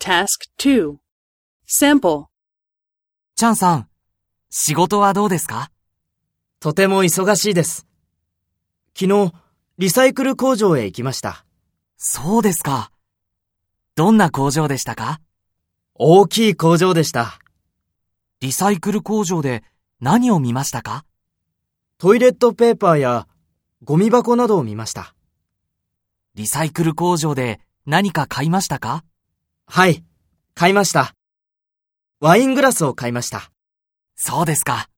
Task 2. Sample. チャンさん、仕事はどうですかとても忙しいです。昨日、リサイクル工場へ行きました。そうですか。どんな工場でしたか大きい工場でした。リサイクル工場で何を見ましたかトイレットペーパーやゴミ箱などを見ました。リサイクル工場で何か買いましたかはい、買いました。ワイングラスを買いました。そうですか。